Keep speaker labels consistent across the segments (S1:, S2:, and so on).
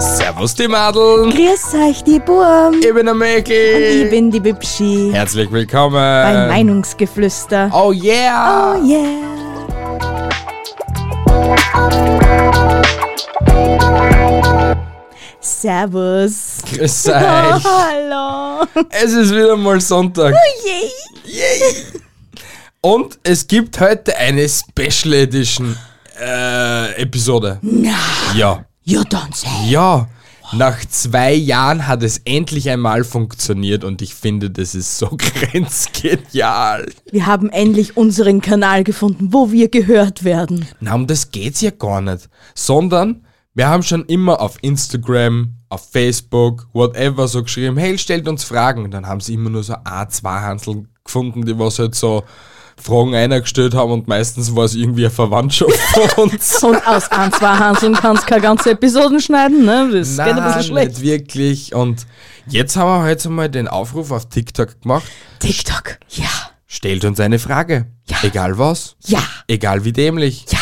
S1: Servus die Madeln,
S2: Grüß euch, die Burm.
S1: ich bin der Mäki.
S2: Ich bin die Bibschi.
S1: Herzlich willkommen. Bei
S2: Bei Meinungsgeflüster.
S1: Oh yeah.
S2: Oh yeah. Servus.
S1: Grüß
S2: Oh,
S1: euch.
S2: hallo.
S1: Es ist wieder mal Sonntag.
S2: Yay.
S1: Und es gibt heute eine Special Edition äh, Episode. Ja.
S2: You don't say.
S1: Ja. Nach zwei Jahren hat es endlich einmal funktioniert und ich finde, das ist so grenzgenial.
S2: Wir haben endlich unseren Kanal gefunden, wo wir gehört werden.
S1: Na, um das geht's ja gar nicht. Sondern wir haben schon immer auf Instagram, auf Facebook, whatever so geschrieben, hey, stellt uns Fragen. Und dann haben sie immer nur so A2-Hansel gefunden, die was halt so Fragen eingestellt haben und meistens war es irgendwie eine Verwandtschaft von uns.
S2: Und aus ein, zwei Hanseln kannst keine ganze Episoden schneiden, ne? Das geht ein bisschen schlecht.
S1: nicht wirklich. Und jetzt haben wir heute mal den Aufruf auf TikTok gemacht.
S2: TikTok. Ja.
S1: Stellt uns eine Frage.
S2: Ja.
S1: Egal was.
S2: Ja.
S1: Egal wie dämlich.
S2: Ja.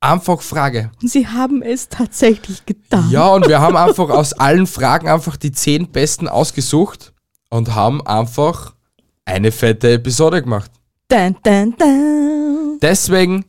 S1: Einfach Frage.
S2: Und sie haben es tatsächlich getan.
S1: Ja, und wir haben einfach aus allen Fragen einfach die zehn besten ausgesucht und haben einfach eine fette Episode gemacht.
S2: Dun, dun, dun.
S1: Deswegen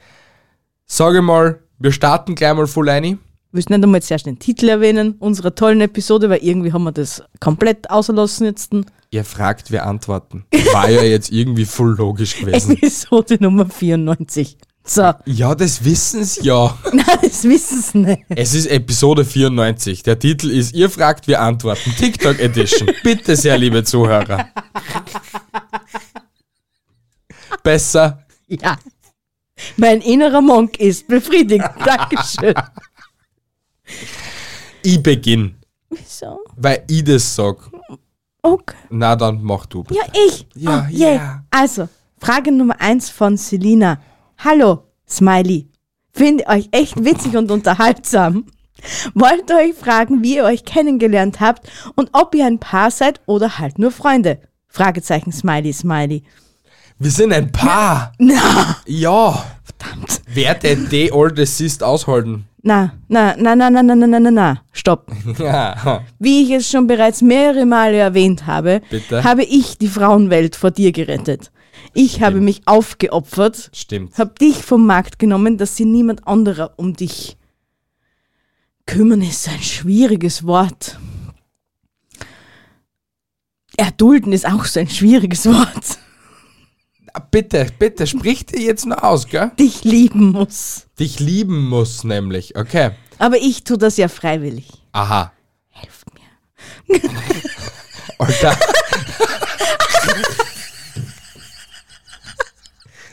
S1: sage ich mal, wir starten gleich mal full rein.
S2: Wir müssen nicht einmal zuerst den Titel erwähnen unserer tollen Episode, weil irgendwie haben wir das komplett ausgelassen jetzt.
S1: Ihr fragt, wir antworten. War ja jetzt irgendwie voll logisch gewesen.
S2: Episode Nummer 94. So,
S1: Ja, das wissen sie ja.
S2: nein, das wissen sie nicht.
S1: Es ist Episode 94. Der Titel ist Ihr fragt, wir antworten. TikTok Edition. Bitte sehr, liebe Zuhörer. Besser
S2: Ja. Mein innerer Monk ist befriedigt. Dankeschön.
S1: ich beginn,
S2: So,
S1: weil ich das sag.
S2: okay.
S1: Na, dann mach du.
S2: Ja, ich.
S1: Ja,
S2: oh, yeah.
S1: ja.
S2: Also, Frage Nummer eins von Selina. Hallo, Smiley. Finde euch echt witzig und unterhaltsam. Wollte euch fragen, wie ihr euch kennengelernt habt und ob ihr ein Paar seid oder halt nur Freunde. Fragezeichen, Smiley, Smiley.
S1: Wir sind ein Paar.
S2: Na,
S1: Ja. Verdammt. Wer denn die Old Assist aushalten?
S2: na, na, na, na, na, na, na, na, na, na, stopp.
S1: Ja.
S2: Wie ich es schon bereits mehrere Male erwähnt habe,
S1: Bitte?
S2: habe ich die Frauenwelt vor dir gerettet. Ich habe mich aufgeopfert,
S1: Stimmt.
S2: hab dich vom Markt genommen, dass sie niemand anderer um dich kümmern ist ein schwieriges Wort. Erdulden ist auch so ein schwieriges Wort.
S1: Ah, Bitte, bitte, sprich dir jetzt nur aus, gell?
S2: Dich lieben muss.
S1: Dich lieben muss nämlich, okay.
S2: Aber ich tue das ja freiwillig.
S1: Aha.
S2: Helft mir.
S1: Alter.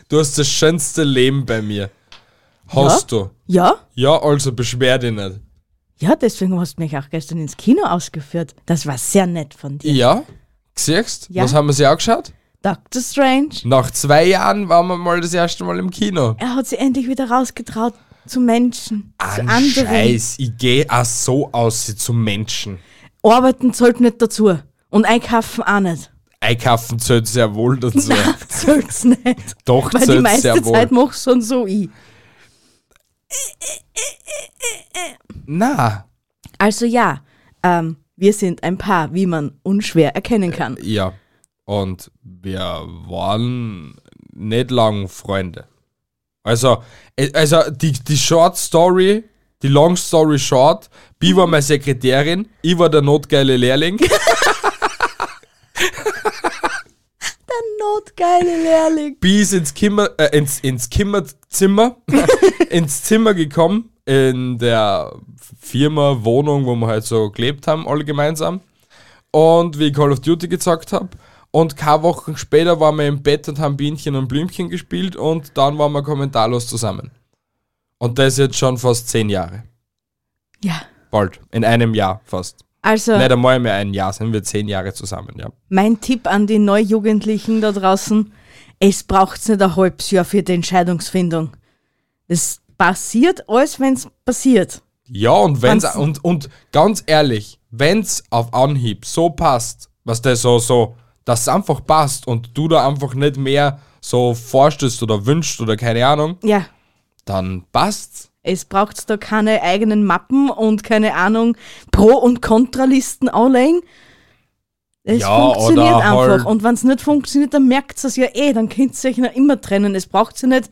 S1: du hast das schönste Leben bei mir. Hast du?
S2: Ja?
S1: Ja, also beschwer dich nicht.
S2: Ja, deswegen hast du mich auch gestern ins Kino ausgeführt. Das war sehr nett von dir.
S1: Ja? Siehst?
S2: Ja.
S1: Was haben wir sie angeschaut?
S2: Doctor Strange.
S1: Nach zwei Jahren waren wir mal das erste Mal im Kino.
S2: Er hat sich endlich wieder rausgetraut zu Menschen, zu anderen.
S1: Scheiß, ich gehe auch so aus zu Menschen.
S2: Arbeiten zählt nicht dazu. Und einkaufen auch nicht.
S1: Einkaufen zählt sehr wohl dazu.
S2: Soll's nicht.
S1: Doch
S2: Weil
S1: zählt
S2: die
S1: sehr
S2: meiste
S1: wohl.
S2: Zeit machst schon so ich.
S1: Na,
S2: Also ja, ähm, wir sind ein Paar, wie man unschwer erkennen kann.
S1: ja. Und wir waren nicht lang Freunde. Also, äh, also die, die Short Story, die Long Story Short, Bi
S2: Mhm.
S1: war meine Sekretärin, ich war der notgeile Lehrling.
S2: Notgeile Lehrling.
S1: Bi ist ins Kimmer, äh, ins, ins Kimmerzimmer, ins Zimmer gekommen, in der Firma, Wohnung, wo wir halt so gelebt haben, alle gemeinsam. Und wie ich Call of Duty gezockt habe. Und keine Wochen später waren wir im Bett und haben Bienchen und Blümchen gespielt und dann waren wir kommentarlos zusammen. Und das jetzt schon fast zehn Jahre.
S2: Ja,
S1: Bald. In einem Jahr fast.
S2: Also
S1: Nicht einmal mehr ein Jahr, sind wir zehn Jahre zusammen, ja.
S2: mein Tipp an die Neujugendlichen da draußen, es braucht nicht ein halbes Jahr für die Entscheidungsfindung. Es passiert alles, wenn es passiert.
S1: Ja, und wenn's,
S2: Wenn's-
S1: und, und ganz ehrlich, wenn's auf Anhieb so passt, was der so, so, dass es einfach passt und du da einfach nicht mehr so vorstellst oder wünschst oder keine Ahnung,
S2: Ja,
S1: dann passt's.
S2: es braucht da keine eigenen Mappen und keine Ahnung, Pro- und Kontralisten anlegen. Es
S1: Ja,
S2: funktioniert
S1: oder
S2: einfach.
S1: halt-
S2: Und wenn es nicht funktioniert, dann merkt es ja eh, dann könnt ihr euch noch immer trennen. Es braucht ja nicht,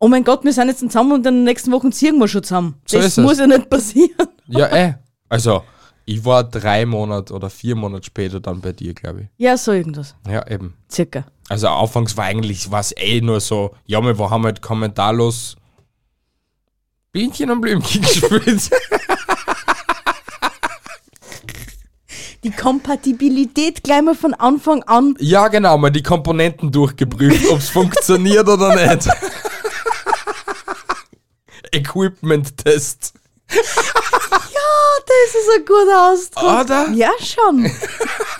S2: oh mein Gott, wir sind jetzt zusammen und in den nächsten Wochen ziehen wir schon zusammen.
S1: So
S2: das
S1: ist es.
S2: muss ja nicht passieren.
S1: Ja, eh. Also, ich war drei Monate oder vier Monate später dann bei dir, glaube
S2: Ja, so irgendwas.
S1: ich. Ja, eben.
S2: Circa.
S1: Also, anfangs war eigentlich was eh nur so, ja, wir haben halt kommentarlos Bienchen und Blümchen gespielt.
S2: die Kompatibilität gleich mal von Anfang an.
S1: Ja, genau, mal die Komponenten durchgeprüft, ob's funktioniert oder nicht. Equipment-Test.
S2: Ah, das ist ein guter Ausdruck.
S1: Oder?
S2: Ja, schon.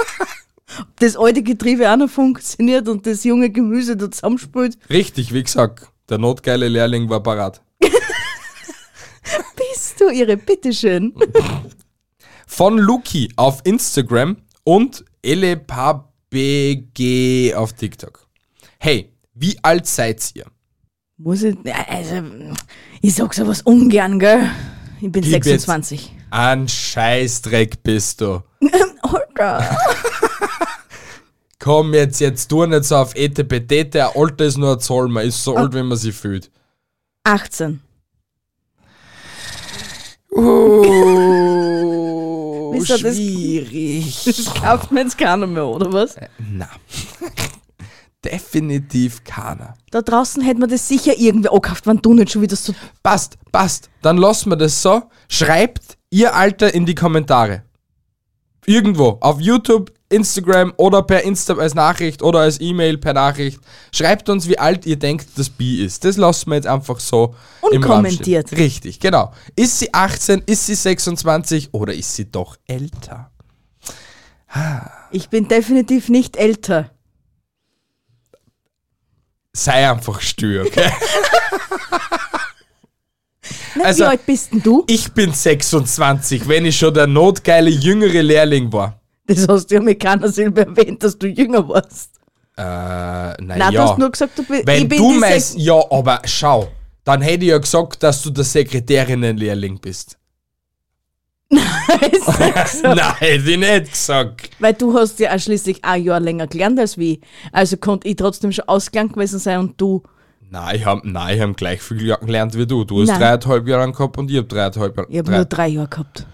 S2: Ob das alte Getriebe auch noch funktioniert und das junge Gemüse da zusammenspült.
S1: Richtig, wie gesagt, der notgeile Lehrling war parat.
S2: Bist du ihre, bitteschön.
S1: Von Luki auf Instagram und LPBG auf TikTok. Hey, wie alt seid ihr?
S2: Muss ich, ja, also, ich sag sowas ungern, gell? Ich bin
S1: Gib jetzt.
S2: 26.
S1: Ein Scheißdreck bist du.
S2: Alter.
S1: Komm jetzt, jetzt tu nicht so auf ETPT, der Alte ist nur ein Zoll, man ist so alt, wie man sich fühlt.
S2: 18.
S1: Oh,
S2: Wisst ihr, das-
S1: schwierig.
S2: Das kauft mir jetzt keiner mehr, oder was?
S1: Na, definitiv keiner.
S2: Da draußen hätte man das sicher irgendwie angekauft, wenn du nicht schon wieder so.
S1: Passt, passt. Dann lassen wir das so. Schreibt ihr Alter in die Kommentare. Irgendwo. Auf YouTube, Instagram oder per Insta als Nachricht oder als E-Mail per Nachricht. Schreibt uns, wie alt ihr denkt, das Bi ist. Das lassen wir jetzt einfach so. im Raum
S2: Unkommentiert.
S1: stehen. Richtig, genau. Ist sie 18, ist sie 26 oder ist sie doch älter?
S2: Ich bin definitiv nicht älter.
S1: Sei einfach stur, okay?
S2: Na,
S1: Also-
S2: wie alt bist denn du?
S1: Ich bin 26, wenn ich schon der notgeile jüngere Lehrling war.
S2: Das hast du ja mit keiner Silbe erwähnt, dass du jünger warst.
S1: Äh, na
S2: Nein,
S1: ja.
S2: du hast nur gesagt, du bist.
S1: wenn
S2: ich bin
S1: du
S2: die
S1: meinst,
S2: Sek-
S1: ja, aber schau, dann hätte ich ja gesagt, dass du der Sekretärinnenlehrling bist. Nein, hätte ich nicht gesagt.
S2: Weil du hast ja auch schließlich ein Jahr länger gelernt als wie. Also konnte ich trotzdem schon ausgelernt gewesen sein und du.
S1: Nein, ich habe nein, ich hab gleich viel gel- gelernt wie du. Du hast
S2: Nein.
S1: dreieinhalb Jahre gehabt und ich habe dreieinhalb Jahre.
S2: Ich habe
S1: drei-
S2: nur drei Jahre gehabt.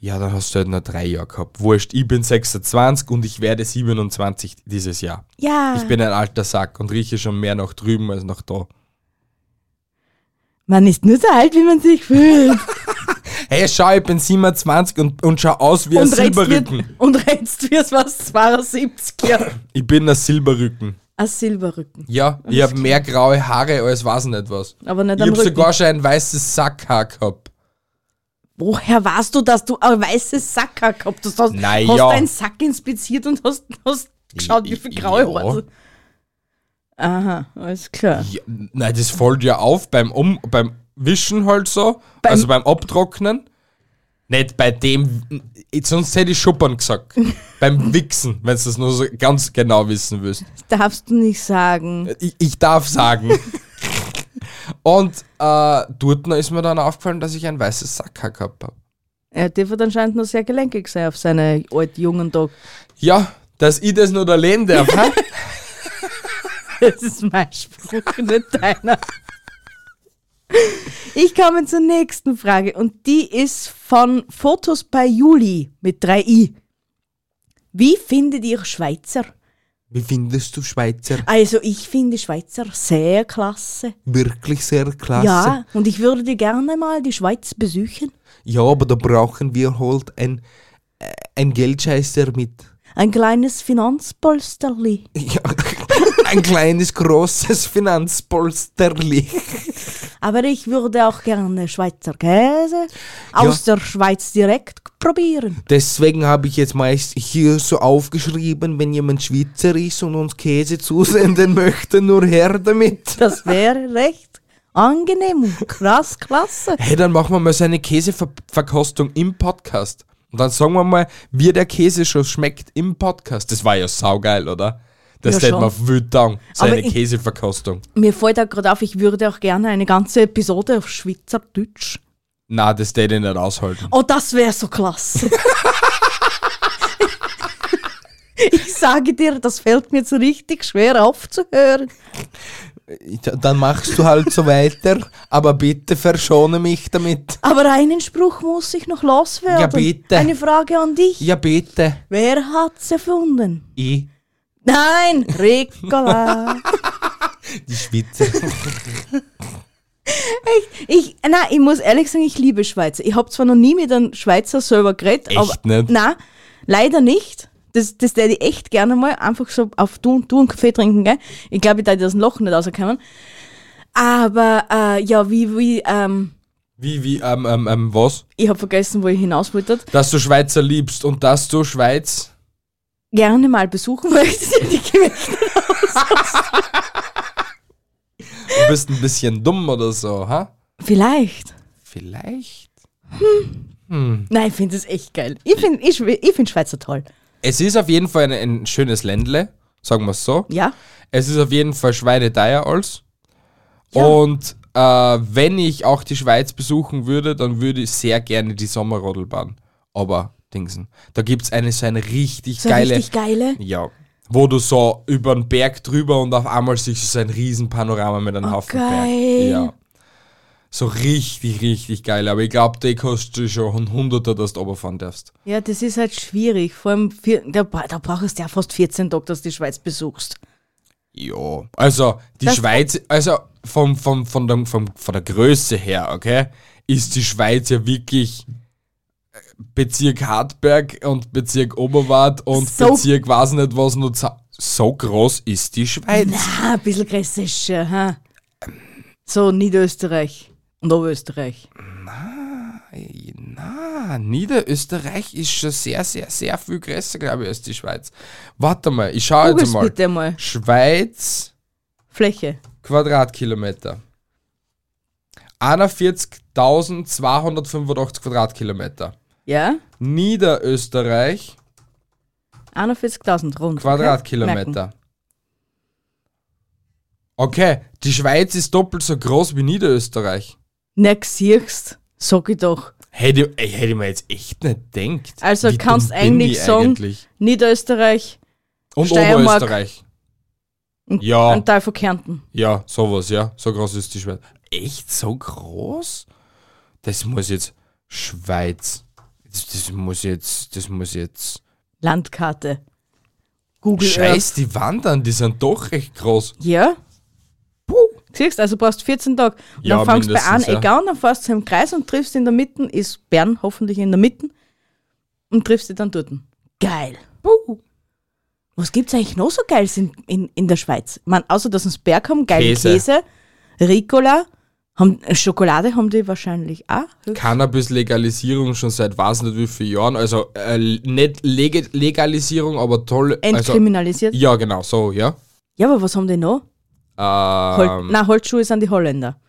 S1: Ja, dann hast du halt nur drei Jahre gehabt. Wurscht, ich bin 26 und ich werde 27 dieses Jahr.
S2: Ja.
S1: Ich bin ein alter Sack und rieche schon mehr nach drüben als nach da.
S2: man ist nur so alt, wie man sich fühlt.
S1: Hey, schau, ich bin 27 und, und schau aus wie ein Silberrücken.
S2: wird, und redst wir's was 72 Jahre.
S1: Ich bin ein Silberrücken.
S2: Ein Silberrücken.
S1: Ja, ich hab mehr graue Haare als weiß nicht was.
S2: Aber nicht
S1: Ich
S2: am
S1: hab
S2: Rücken.
S1: sogar schon ein weißes Sackhaar gehabt.
S2: Woher weißt du, dass du ein weißes Sackhaar gehabt hast? Hast,
S1: Na
S2: hast
S1: ja.
S2: deinen Sack inspiziert und hast, hast geschaut, wie viel graue
S1: Ja.
S2: Haare. Aha, alles klar.
S1: Ja, nein, das fällt ja auf beim, um, beim Wischen halt so,
S2: Beim-
S1: also beim Abtrocknen. Nicht bei dem, sonst hätte ich Schuppern gesagt. beim Wichsen, wenn du das nur so ganz genau wissen willst.
S2: Das darfst du nicht sagen.
S1: Ich, ich darf sagen. Und äh, dort ist mir dann aufgefallen, dass ich ein weißes Sackhaar gehabt habe.
S2: Er dürfte anscheinend noch sehr gelenkig sein auf seine alt jungen Tag.
S1: Ja, dass ich das nur erleben darf. hä?
S2: Das ist mein Spruch, nicht deiner. Ich komme zur nächsten Frage und die ist von Fotos bei Juli mit 3i. Wie findet ihr Schweizer?
S1: Wie findest du Schweizer?
S2: Also ich finde Schweizer sehr klasse.
S1: Wirklich sehr klasse.
S2: Ja, und ich würde gerne mal die Schweiz besuchen.
S1: Ja, aber da brauchen wir halt ein, äh, ein Geldscheißer mit.
S2: Ein kleines Finanzpolsterli.
S1: Ja, ein kleines, großes Finanzpolsterli.
S2: Aber ich würde auch gerne Schweizer Käse aus der Schweiz direkt probieren.
S3: Deswegen habe ich jetzt meist hier so aufgeschrieben, wenn jemand Schweizer ist und uns Käse zusenden möchte, nur her damit.
S2: Das wäre recht angenehm und krass, klasse.
S1: Hey, dann machen wir mal so eine Käseverkostung im Podcast. Und dann sagen wir mal, wie der Käse schon schmeckt im Podcast. Das war ja saugeil, oder? Das
S2: Ja,
S1: ja, hätten
S2: schon.
S1: wir wild down. So
S2: Aber
S1: eine
S2: ich-
S1: Käseverkostung.
S2: Mir fällt da gerade auf, ich würde auch gerne eine ganze Episode auf Schweizerdeutsch.
S1: Na, das täte ich nicht aushalten.
S2: Oh, das wäre so klasse. ich sage dir, das fällt mir jetzt richtig schwer aufzuhören.
S3: Dann machst du halt so weiter, aber bitte verschone mich damit.
S2: Aber einen Spruch muss ich noch loswerden.
S3: Ja, bitte.
S2: Eine Frage an dich.
S3: Ja, bitte.
S2: Wer hat's erfunden?
S3: Ich,
S2: Nein, Ricola.
S3: die Schweizer.
S2: Ich, nein, ich muss ehrlich sagen, ich liebe Schweizer. Ich habe zwar noch nie mit einem Schweizer selber geredet,
S1: Echt
S2: aber.
S1: nicht?
S2: Nein, leider nicht. Das, das hätte ich echt gerne mal einfach so auf Du und Du und Kaffee trinken, gell? Ich glaube, ich da das Loch nicht rauskommen. Aber äh, ja, wie, wie, ähm,
S1: Wie, wie, ähm, ähm, ähm, was?
S2: ich habe vergessen, wo ich hinaus wollte.
S1: Dass du Schweizer liebst und dass du Schweiz.
S2: Gerne mal besuchen möchte. Die Gemächte.
S1: Du bist ein bisschen dumm oder so, ha?
S2: Vielleicht.
S1: Vielleicht.
S2: Nein, ich finde das echt geil. Ich finde ich, ich find Schweizer toll.
S1: Es ist auf jeden Fall ein, ein schönes Ländle, sagen wir es so.
S2: Ja?
S1: Es ist auf jeden Fall schweineteuer alles.
S2: Ja.
S1: Und äh, wenn ich auch die Schweiz besuchen würde, dann würde ich sehr gerne die Sommerrodelbahn. Aber, Dingsen, da gibt es eine so eine richtig
S2: So
S1: geile.
S2: richtig geile.
S1: ja. Wo du so über den Berg drüber und auf einmal siehst du so ein Riesenpanorama mit einem Haufen
S2: Oh, geil.
S1: Berg. Ja. So richtig, richtig geil. Aber ich glaube, die kostet schon ein Hunderter, dass du runterfahren darfst.
S2: Ja, das ist halt schwierig. Vor allem, vier, da, bra- da brauchst du ja fast 14 Tage, dass du die Schweiz besuchst.
S1: Ja, also die
S2: Das-
S1: Schweiz, also vom, vom, von, der, vom, von der Größe her, okay, ist die Schweiz ja wirklich äh, Bezirk Hartberg und Bezirk Oberwart und
S2: So-
S1: Bezirk weiß nicht was nur za- so groß ist die Schweiz.
S2: Ah, ein bisschen grässischer, ha? So, Niederösterreich und Oberösterreich.
S1: Na, Niederösterreich ist schon sehr, sehr, sehr viel größer, glaube ich, als die Schweiz. Warte mal, ich schaue jetzt
S2: Googles
S1: Also mal.
S2: bitte mal.
S1: Schweiz
S2: Fläche.
S1: Quadratkilometer. 41.285 Quadratkilometer.
S2: Ja?
S1: Niederösterreich
S2: 41.000 rund. Okay?
S1: Quadratkilometer. Okay, die Schweiz ist doppelt so groß wie Niederösterreich.
S2: Na, siehst, sag ich doch.
S1: Hätte, ey, hätte ich mir jetzt echt nicht gedacht.
S2: Also
S1: Wie
S2: kannst
S1: dumm bin
S2: eigentlich
S1: ich
S2: sagen,
S1: eigentlich?
S2: Niederösterreich,
S1: Und
S2: Steiermark.
S1: Oberösterreich.
S2: Und-
S1: ja,
S2: ein Teil von Kärnten.
S1: ja, sowas, ja. So groß ist die Schweiz. Echt so groß? Das muss jetzt Schweiz. Das, das muss jetzt, das muss jetzt.
S2: Landkarte. Google
S1: Scheiß, die wandern, die sind doch recht groß.
S2: Earth. Ja? Siehst, also brauchst 14 Tage. Und
S1: Ja,
S2: dann fängst du bei einem
S1: mindestens, ja.
S2: Eck an, dann fährst du im Kreis und triffst in der Mitte, ist Bern hoffentlich in der Mitte, und triffst dich dann dort. Geil. Was gibt's eigentlich noch so Geiles in, in, in der Schweiz? Man, außer dass uns Berg haben, geile
S1: Käse.
S2: Käse, Ricola, haben, äh, Schokolade haben die wahrscheinlich auch.
S1: Cannabis-Legalisierung schon seit weiß nicht wie vielen Jahren. Also äh, nicht Leg Legalisierung, aber toll. Also,
S2: Entkriminalisiert.
S1: ja, genau, so, ja.
S2: ja, aber was haben die noch? Hol
S1: Ähm,
S2: Nein, Holzschuhe sind die Holländer.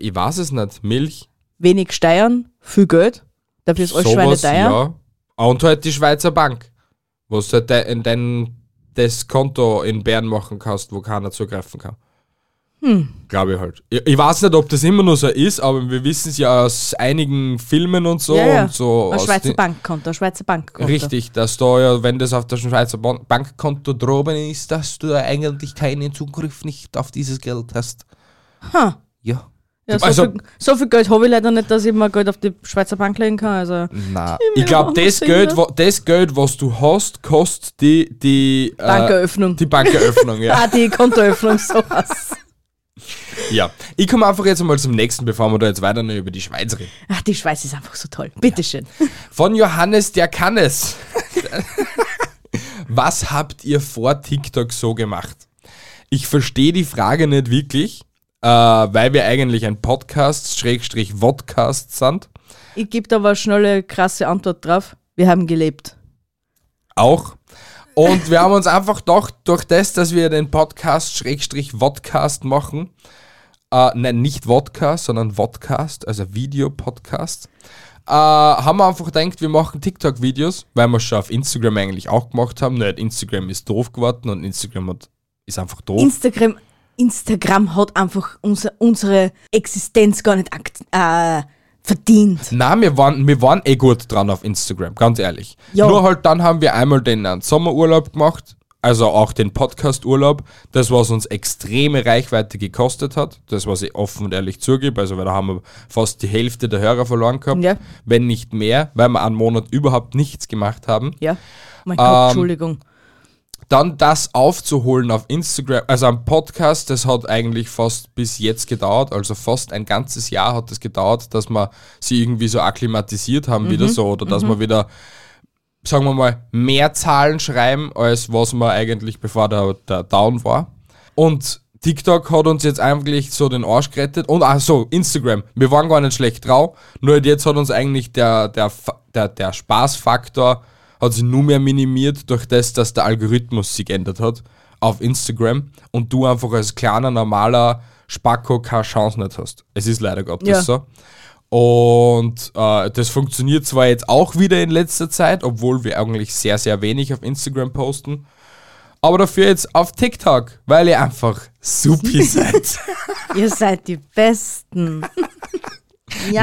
S1: ich weiß es nicht. Milch,
S2: Wenig Steuern, viel Geld, dafür ist alles
S1: sowas,
S2: Schweineteier.
S1: ja. Ah, Und halt die Schweizer Bank, wo du halt de in dein das Konto in Bern machen kannst, wo keiner zugreifen kann.
S2: Hm.
S1: Glaube ich halt. Ich, ich weiß nicht, ob das immer nur so ist, aber wir wissen es ja aus einigen Filmen und so.
S2: Ja, ja.
S1: Und so
S2: Ein
S1: aus
S2: Schweizer
S1: den-
S2: Bankkonto, ein Schweizer Bankkonto.
S1: Richtig, dass da ja, wenn das auf dem Schweizer Ban- Bankkonto droben ist, dass du da eigentlich keinen Zugriff nicht auf dieses Geld hast.
S2: Ha.
S1: Ja.
S2: Ja, so,
S1: also,
S2: viel, so viel Geld habe ich leider nicht, dass ich mal Geld auf die Schweizer Bank legen kann. Also.
S1: na, ich
S2: auch
S1: glaube,
S2: was
S1: das,
S2: singen.
S1: Geld, wo- das Geld, was du hast, kostet die, die äh,
S2: Bankeröffnung.
S1: Die Bankeröffnung, ja.
S2: Ah, die Kontoöffnung, sowas.
S1: ja. Ich komme einfach jetzt mal zum nächsten, bevor wir da jetzt weiter noch über die Schweiz reden.
S2: Ach, Ah, die Schweiz ist einfach so toll. Bitteschön.
S1: Von Johannes, der kann es. Was habt ihr vor TikTok so gemacht? Ich verstehe die Frage nicht wirklich, äh, weil wir eigentlich ein Podcast, Schrägstrich Vodcast sind.
S2: Ich gebe da aber eine schnelle, krasse Antwort drauf. Wir haben gelebt.
S1: Auch. Und wir haben uns einfach gedacht, durch das, dass wir den Podcast Schrägstrich Vodcast machen, äh, nein, nicht Vodcast, sondern Vodcast, also Videopodcast, äh, haben wir einfach gedacht, wir machen TikTok-Videos, weil wir es schon auf Instagram eigentlich auch gemacht haben. Nicht, Instagram ist doof geworden und Instagram hat, ist einfach doof.
S2: Instagram, Instagram hat einfach unser, unsere Existenz gar nicht akt, äh, verdient.
S1: Na, wir waren, wir waren eh gut dran auf Instagram, ganz ehrlich.
S2: Ja.
S1: Nur halt dann haben wir einmal den äh, Sommerurlaub gemacht, also auch den Podcast-Urlaub, das was uns extreme Reichweite gekostet hat, das was ich offen und ehrlich zugebe, also weil da haben wir fast die Hälfte der Hörer verloren gehabt,
S2: Ja.
S1: wenn nicht mehr, weil wir einen Monat überhaupt nichts gemacht haben
S2: Ja. Mein Gott,
S1: Ähm,
S2: Entschuldigung.
S1: dann das aufzuholen auf Instagram, also am Podcast, das hat eigentlich fast bis jetzt gedauert, also fast ein ganzes Jahr hat es gedauert, dass wir sie irgendwie so akklimatisiert haben wieder so oder dass wir wieder, sagen wir mal, mehr Zahlen schreiben, als was wir eigentlich bevor der, der Down war. Und TikTok hat uns jetzt eigentlich so den Arsch gerettet. Und ach so, Instagram. Wir waren gar nicht schlecht drauf. Nur halt jetzt hat uns eigentlich der, der, Fa- der, der Spaßfaktor hat sich nur mehr minimiert durch das, dass der Algorithmus sich geändert hat auf Instagram und du einfach als kleiner, normaler Spacko keine Chance nicht hast. Es ist leider Gottes
S2: Ja.
S1: so. Und äh, das funktioniert zwar jetzt auch wieder in letzter Zeit, obwohl wir eigentlich sehr, sehr wenig auf Instagram posten. Aber dafür jetzt auf TikTok, weil ihr einfach supi seid.
S2: Ihr seid die Besten. ja.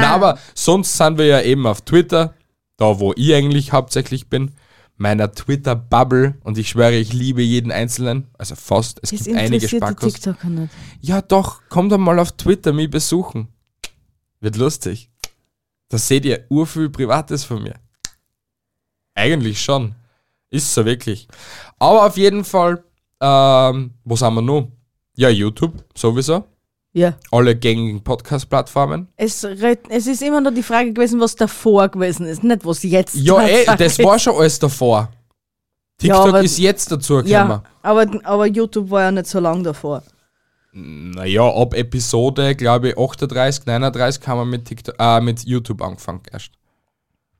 S1: Na, aber sonst sind wir ja eben auf Twitter, da wo ich eigentlich hauptsächlich bin, meiner Twitter-Bubble. Und ich schwöre, ich liebe jeden Einzelnen. Also fast. Es
S2: das
S1: gibt einige
S2: interessiert die
S1: Spackos.
S2: TikToker nicht.
S1: Ja, doch, komm doch mal auf Twitter mich besuchen. Wird lustig. Da seht ihr urviel Privates von mir. Eigentlich schon. Ist so wirklich. Aber auf jeden Fall, ähm, wo sind wir noch? Ja, YouTube, sowieso.
S2: Ja.
S1: Alle gängigen Podcast-Plattformen.
S2: Es, red- es ist immer nur die Frage gewesen, was davor gewesen ist, nicht was jetzt
S1: Ja, ey,
S2: Tatsache
S1: das
S2: ist.
S1: war schon alles davor.
S2: Ja,
S1: TikTok
S2: aber-
S1: ist jetzt dazu gekommen.
S2: Ja, aber, aber YouTube war ja nicht so lang davor.
S1: Naja, ab Episode, glaube ich, 38, 39 haben wir mit, TikTok, äh, mit YouTube angefangen erst.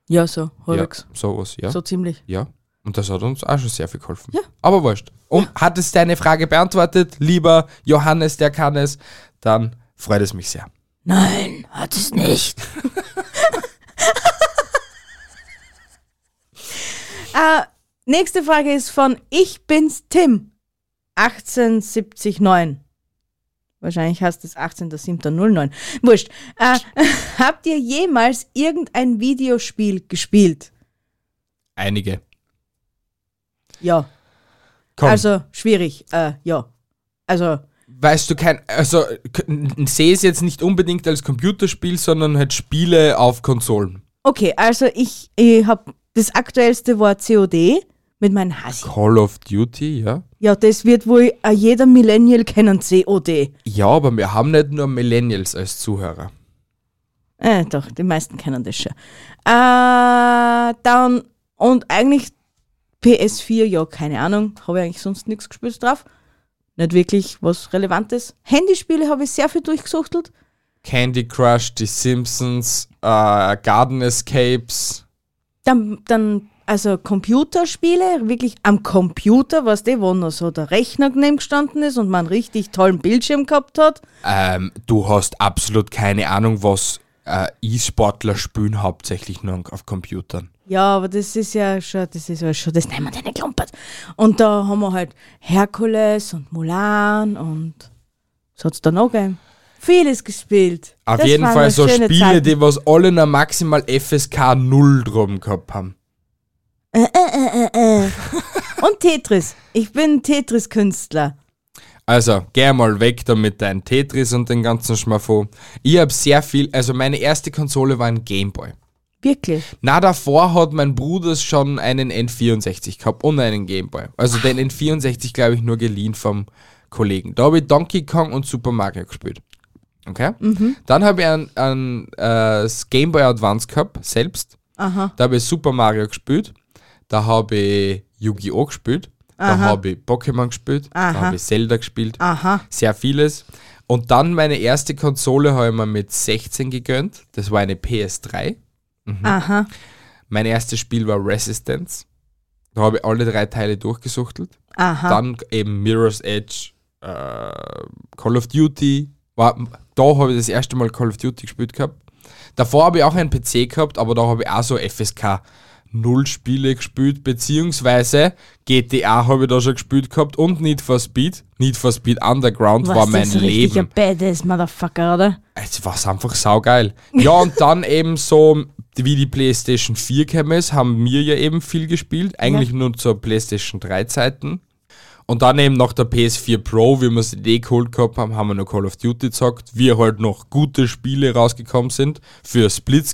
S2: Ja, so, halbwegs.
S1: Ja, sowas, ja.
S2: So ziemlich.
S1: Ja. Und das hat uns auch schon sehr viel geholfen.
S2: Ja.
S1: Aber wurscht. Und hat es deine Frage beantwortet, lieber Johannes, der kann es, dann freut es mich sehr.
S2: Nein, hat es nicht. äh, nächste Frage ist von Ich bin's Tim. 1879. Wahrscheinlich heißt es 18.07.09. Wurscht. Äh, habt ihr jemals irgendein Videospiel gespielt?
S1: Einige.
S2: Ja.
S1: Komm,
S2: Also schwierig. Äh, ja. Also
S1: weißt du kein, also sehe es jetzt nicht unbedingt als Computerspiel, sondern halt Spiele auf Konsolen.
S2: Okay, also ich, ich habe das aktuellste war COD mit meinem Hasi.
S1: Call of Duty, ja.
S2: Ja, das wird wohl auch jeder Millennial kennen, COD.
S1: Ja, aber wir haben nicht nur Millennials als Zuhörer.
S2: Äh, doch, die meisten kennen das schon. Äh, dann, und eigentlich PS4, ja, keine Ahnung, habe ich eigentlich sonst nichts gespielt drauf. Nicht wirklich was Relevantes. Handyspiele habe ich sehr viel durchgesuchtelt.
S1: Candy Crush, Die Simpsons, äh, Garden Escapes.
S2: Dann, dann, also Computerspiele, wirklich am Computer, was die, wo noch so der Rechner neben gestanden ist und man einen richtig tollen Bildschirm gehabt hat.
S1: Ähm, du hast absolut keine Ahnung, was äh, E-Sportler spielen, hauptsächlich nur auf Computern.
S2: Ja, aber das ist ja schon, das ist ja schon, das nehmen wir deine Klumpert. Und da haben wir halt Herkules und Mulan und was hat's da noch gegeben? Vieles gespielt.
S1: Auf
S2: Das
S1: jeden
S2: waren
S1: Fall
S2: noch
S1: so
S2: schöne
S1: Spiele,
S2: Zeiten.
S1: die was alle noch maximal FSK 0 drum gehabt haben.
S2: Äh, äh, äh, äh, äh. und Tetris. Ich bin Tetris-Künstler.
S1: Also, geh mal weg damit dein Tetris und den ganzen Schmaffo. Ich habe sehr viel, also meine erste Konsole war ein Gameboy.
S2: Wirklich.
S1: Na, davor hat mein Bruder schon einen N64 gehabt und einen Gameboy. Also den
S2: Ah.
S1: N64, glaube ich, nur geliehen vom Kollegen. Da habe ich Donkey Kong und Super Mario gespielt. Okay?
S2: Mhm.
S1: Dann habe ich einen, einen äh, Gameboy Advance gehabt, selbst.
S2: Aha.
S1: Da habe ich Super Mario gespielt. Da habe ich Yu-Gi-Oh! gespielt. Da habe ich Pokémon gespielt. Da
S2: Aha.
S1: habe ich Zelda gespielt.
S2: Aha.
S1: Sehr vieles. Und dann meine erste Konsole habe ich mir mit 16 gegönnt. Das war eine PS3.
S2: Aha.
S1: Mein erstes Spiel war Resistance. Da habe ich alle drei Teile durchgesuchtelt.
S2: Aha.
S1: Dann eben Mirror's Edge, äh, Call of Duty. War, da habe ich das erste Mal Call of Duty gespielt gehabt. Davor habe ich auch einen PC gehabt, aber da habe ich auch so FSK 0 Spiele gespielt, beziehungsweise GTA habe ich da schon gespielt gehabt und Need for Speed. Need for Speed Underground war
S2: Was,
S1: mein
S2: das ist ein richtiger
S1: Leben.
S2: Badass Motherfucker, oder?
S1: Es war einfach saugeil. Ja, und dann eben so, wie die PlayStation 4 gekommen ist, haben wir ja eben viel gespielt. Eigentlich nur zur PlayStation 3 Zeiten. Und dann eben nach der PS4 Pro, wie wir sie eh geholt gehabt haben, haben wir noch Call of Duty gezockt. Wir halt noch gute Spiele rausgekommen sind für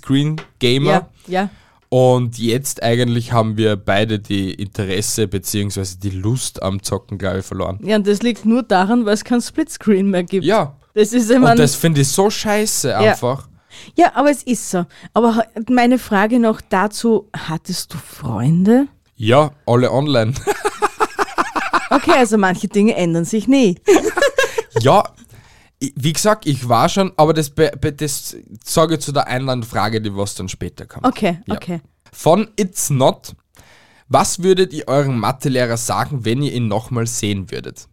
S1: Splitscreen-Gamer.
S2: Ja, ja.
S1: Und jetzt eigentlich haben wir beide die Interesse bzw. die Lust am Zocken, glaube ich, verloren.
S2: Ja, und das liegt nur daran, weil es kein Splitscreen mehr gibt.
S1: Ja.
S2: Das ist immer
S1: Und das finde ich so scheiße einfach.
S2: Ja, aber es ist so. Aber ha- meine Frage noch dazu, hattest du Freunde?
S1: Ja, alle online.
S2: Okay, also manche Dinge ändern sich nie.
S1: Ja, i- wie gesagt, ich war schon, aber das, be- be- das sage ich zu der Einlandfrage, die was dann später kommt.
S2: Okay,
S1: Ja.
S2: okay.
S1: Von It's Not. Was würdet ihr eurem Mathelehrer sagen, wenn ihr ihn nochmal sehen würdet?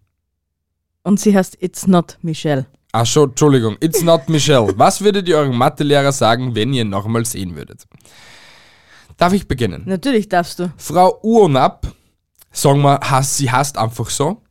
S2: Und sie heißt It's Not Michelle.
S1: Ach Ah, schon, Entschuldigung, It's Not Michelle. Was würdet ihr eurem Mathelehrer sagen, wenn ihr ihn nochmal sehen würdet? Darf ich beginnen?
S2: Natürlich darfst du.
S1: Frau Urnab, sagen wir, hasst, sie hasst einfach so.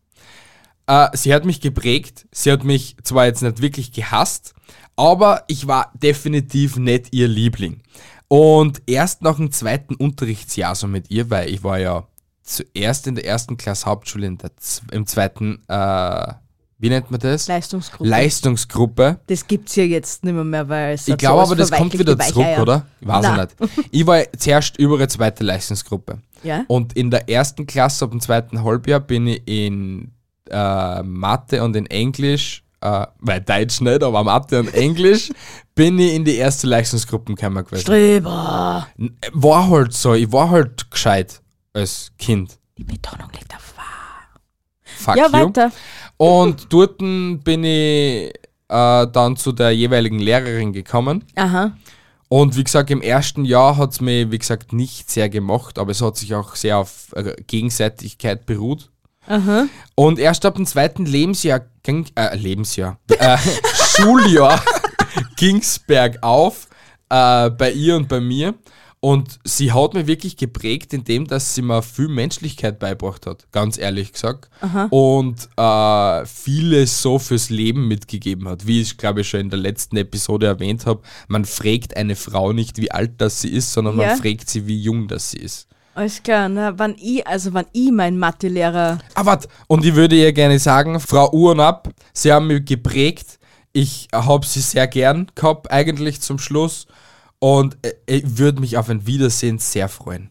S1: Äh, sie hat mich geprägt. Sie hat mich zwar jetzt nicht wirklich gehasst, aber ich war definitiv nicht ihr Liebling. Und erst nach dem zweiten Unterrichtsjahr so mit ihr, weil ich war ja zuerst in der ersten Klasse Hauptschule, in der, zw- im zweiten, äh, wie nennt man das?
S2: Leistungsgruppe.
S1: Leistungsgruppe.
S2: das gibt's ja jetzt nicht mehr, mehr weil es
S1: Ich
S2: hat
S1: glaube
S2: sowas
S1: aber, das kommt wieder
S2: verweichlichte
S1: zurück,
S2: Weicheier.
S1: oder? Ich weiß
S2: Nein.
S1: ich nicht. Ich war zuerst über eine zweite Leistungsgruppe.
S2: Ja.
S1: Und in der ersten Klasse, ab dem zweiten Halbjahr, bin ich in äh, Mathe und in Englisch, äh, weil Deutsch nicht, aber Mathe und Englisch, bin ich in die erste Leistungsgruppe gekommen gewesen.
S2: Drüber.
S1: War halt so, ich war halt gescheit als Kind.
S2: Die Betonung liegt auf wahr.
S1: Fuck
S2: Ja,
S1: you.
S2: weiter.
S1: Und dort bin ich äh, dann zu der jeweiligen Lehrerin gekommen.
S2: Aha.
S1: Und wie gesagt, im ersten Jahr hat's mir, wie gesagt, nicht sehr gemacht, aber es hat sich auch sehr auf äh, Gegenseitigkeit beruht. Und erst ab dem zweiten Lebensjahr ging, äh, Lebensjahr, äh, Schuljahr ging's bergauf äh, bei ihr und bei mir. Und sie hat mir wirklich geprägt, indem dass sie mir viel Menschlichkeit beigebracht hat, ganz ehrlich gesagt. Und äh, vieles so fürs Leben mitgegeben hat. Wie ich glaube ich schon in der letzten Episode erwähnt habe, man fragt eine Frau nicht, wie alt das sie ist, sondern
S2: Ja.
S1: man fragt sie, wie jung das sie ist.
S2: Alles klar, na, wann ich, also wann ich mein Mathelehrer.
S1: Ah, warte. Und ich würde ihr gerne sagen, Frau Uhrenab, Sie haben mich geprägt. Ich habe Sie sehr gern gehabt, eigentlich zum Schluss. Und äh, ich würde mich auf ein Wiedersehen sehr freuen.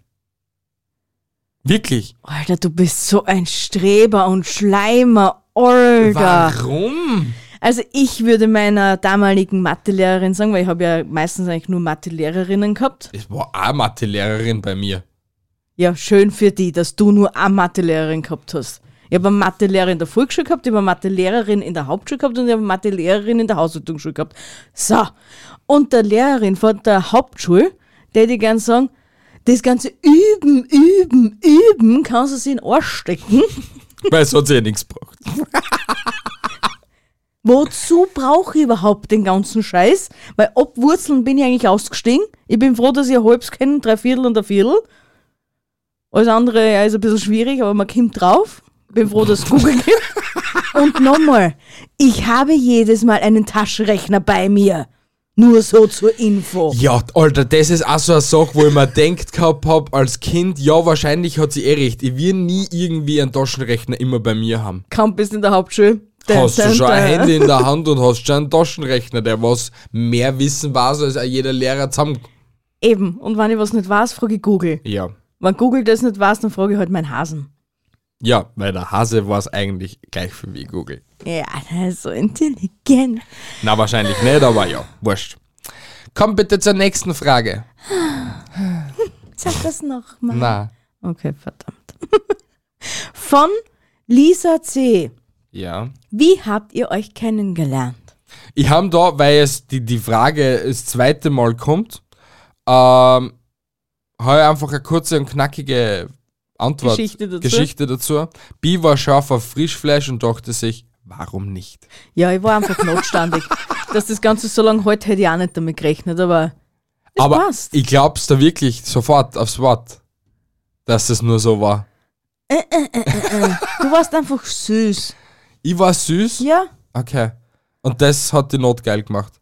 S1: Wirklich?
S2: Alter, du bist so ein Streber und Schleimer, Olga.
S1: Warum?
S2: Also ich würde meiner damaligen Mathelehrerin sagen, weil ich habe ja meistens eigentlich nur Mathelehrerinnen gehabt.
S1: Das war auch Mathelehrerin bei mir.
S2: Ja, schön für die, dass du nur eine Mathelehrerin gehabt hast. Ich habe eine Mathelehrerin in der Volksschule gehabt, ich habe eine Mathelehrerin in der Hauptschule gehabt und ich habe eine Mathelehrerin in der Haushaltungsschule gehabt. So, und der Lehrerin von der Hauptschule, der die gern sagen, das ganze Üben, Üben, Üben kannst du sie in den Arsch stecken.
S1: Weil es hat sie ja nichts gebracht.
S2: Wozu brauche ich überhaupt den ganzen Scheiß? Weil ob Wurzeln bin ich eigentlich ausgestiegen. Ich bin froh, dass ich ein halbes kenne, drei Viertel und ein Viertel. Alles andere ja, ist ein bisschen schwierig, aber man kommt drauf. Bin froh, dass es Google gibt. Und nochmal, ich habe jedes Mal einen Taschenrechner bei mir. Nur so zur Info.
S1: Ja, Alter, das ist auch so eine Sache, wo ich mir denkt gehabt habe als Kind, ja, wahrscheinlich hat sie eh recht. Ich will nie irgendwie einen Taschenrechner immer bei mir haben.
S2: Campus in der Hauptschule.
S1: Hast du
S2: Dun,
S1: schon
S2: dun,
S1: ein
S2: dun.
S1: Handy in der Hand und hast schon einen Taschenrechner, der was mehr wissen weiß als auch jeder Lehrer zusammen.
S2: Eben. Und wenn ich was nicht weiß, frage ich Google.
S1: Ja.
S2: Wenn Google das nicht weiß, dann frage ich halt meinen Hasen.
S1: Ja, weil der Hase war es eigentlich gleich viel wie Google.
S2: Ja, der ist so intelligent.
S1: Na, wahrscheinlich nicht, aber ja, wurscht. Komm bitte zur nächsten Frage.
S2: Sag das nochmal.
S1: Na.
S2: Okay, verdammt. Von Lisa C.
S1: Ja.
S2: Wie habt ihr euch kennengelernt?
S1: Ich habe da, weil es die, die Frage das zweite Mal kommt, Ähm, heuer einfach eine kurze und knackige Antwort.
S2: Geschichte dazu.
S1: Geschichte dazu. Bi war scharf auf Frischfleisch und dachte sich, warum nicht?
S2: Ja, ich war einfach notstandig. Dass das Ganze so lange hält, hätte ich auch nicht damit gerechnet, aber es
S1: Aber
S2: passt.
S1: ich glaub's da wirklich sofort aufs Wort, dass es nur so war.
S2: Äh, Du warst einfach süß.
S1: Ich war süß.
S2: Ja?
S1: Okay. Und das hat die Not geil gemacht.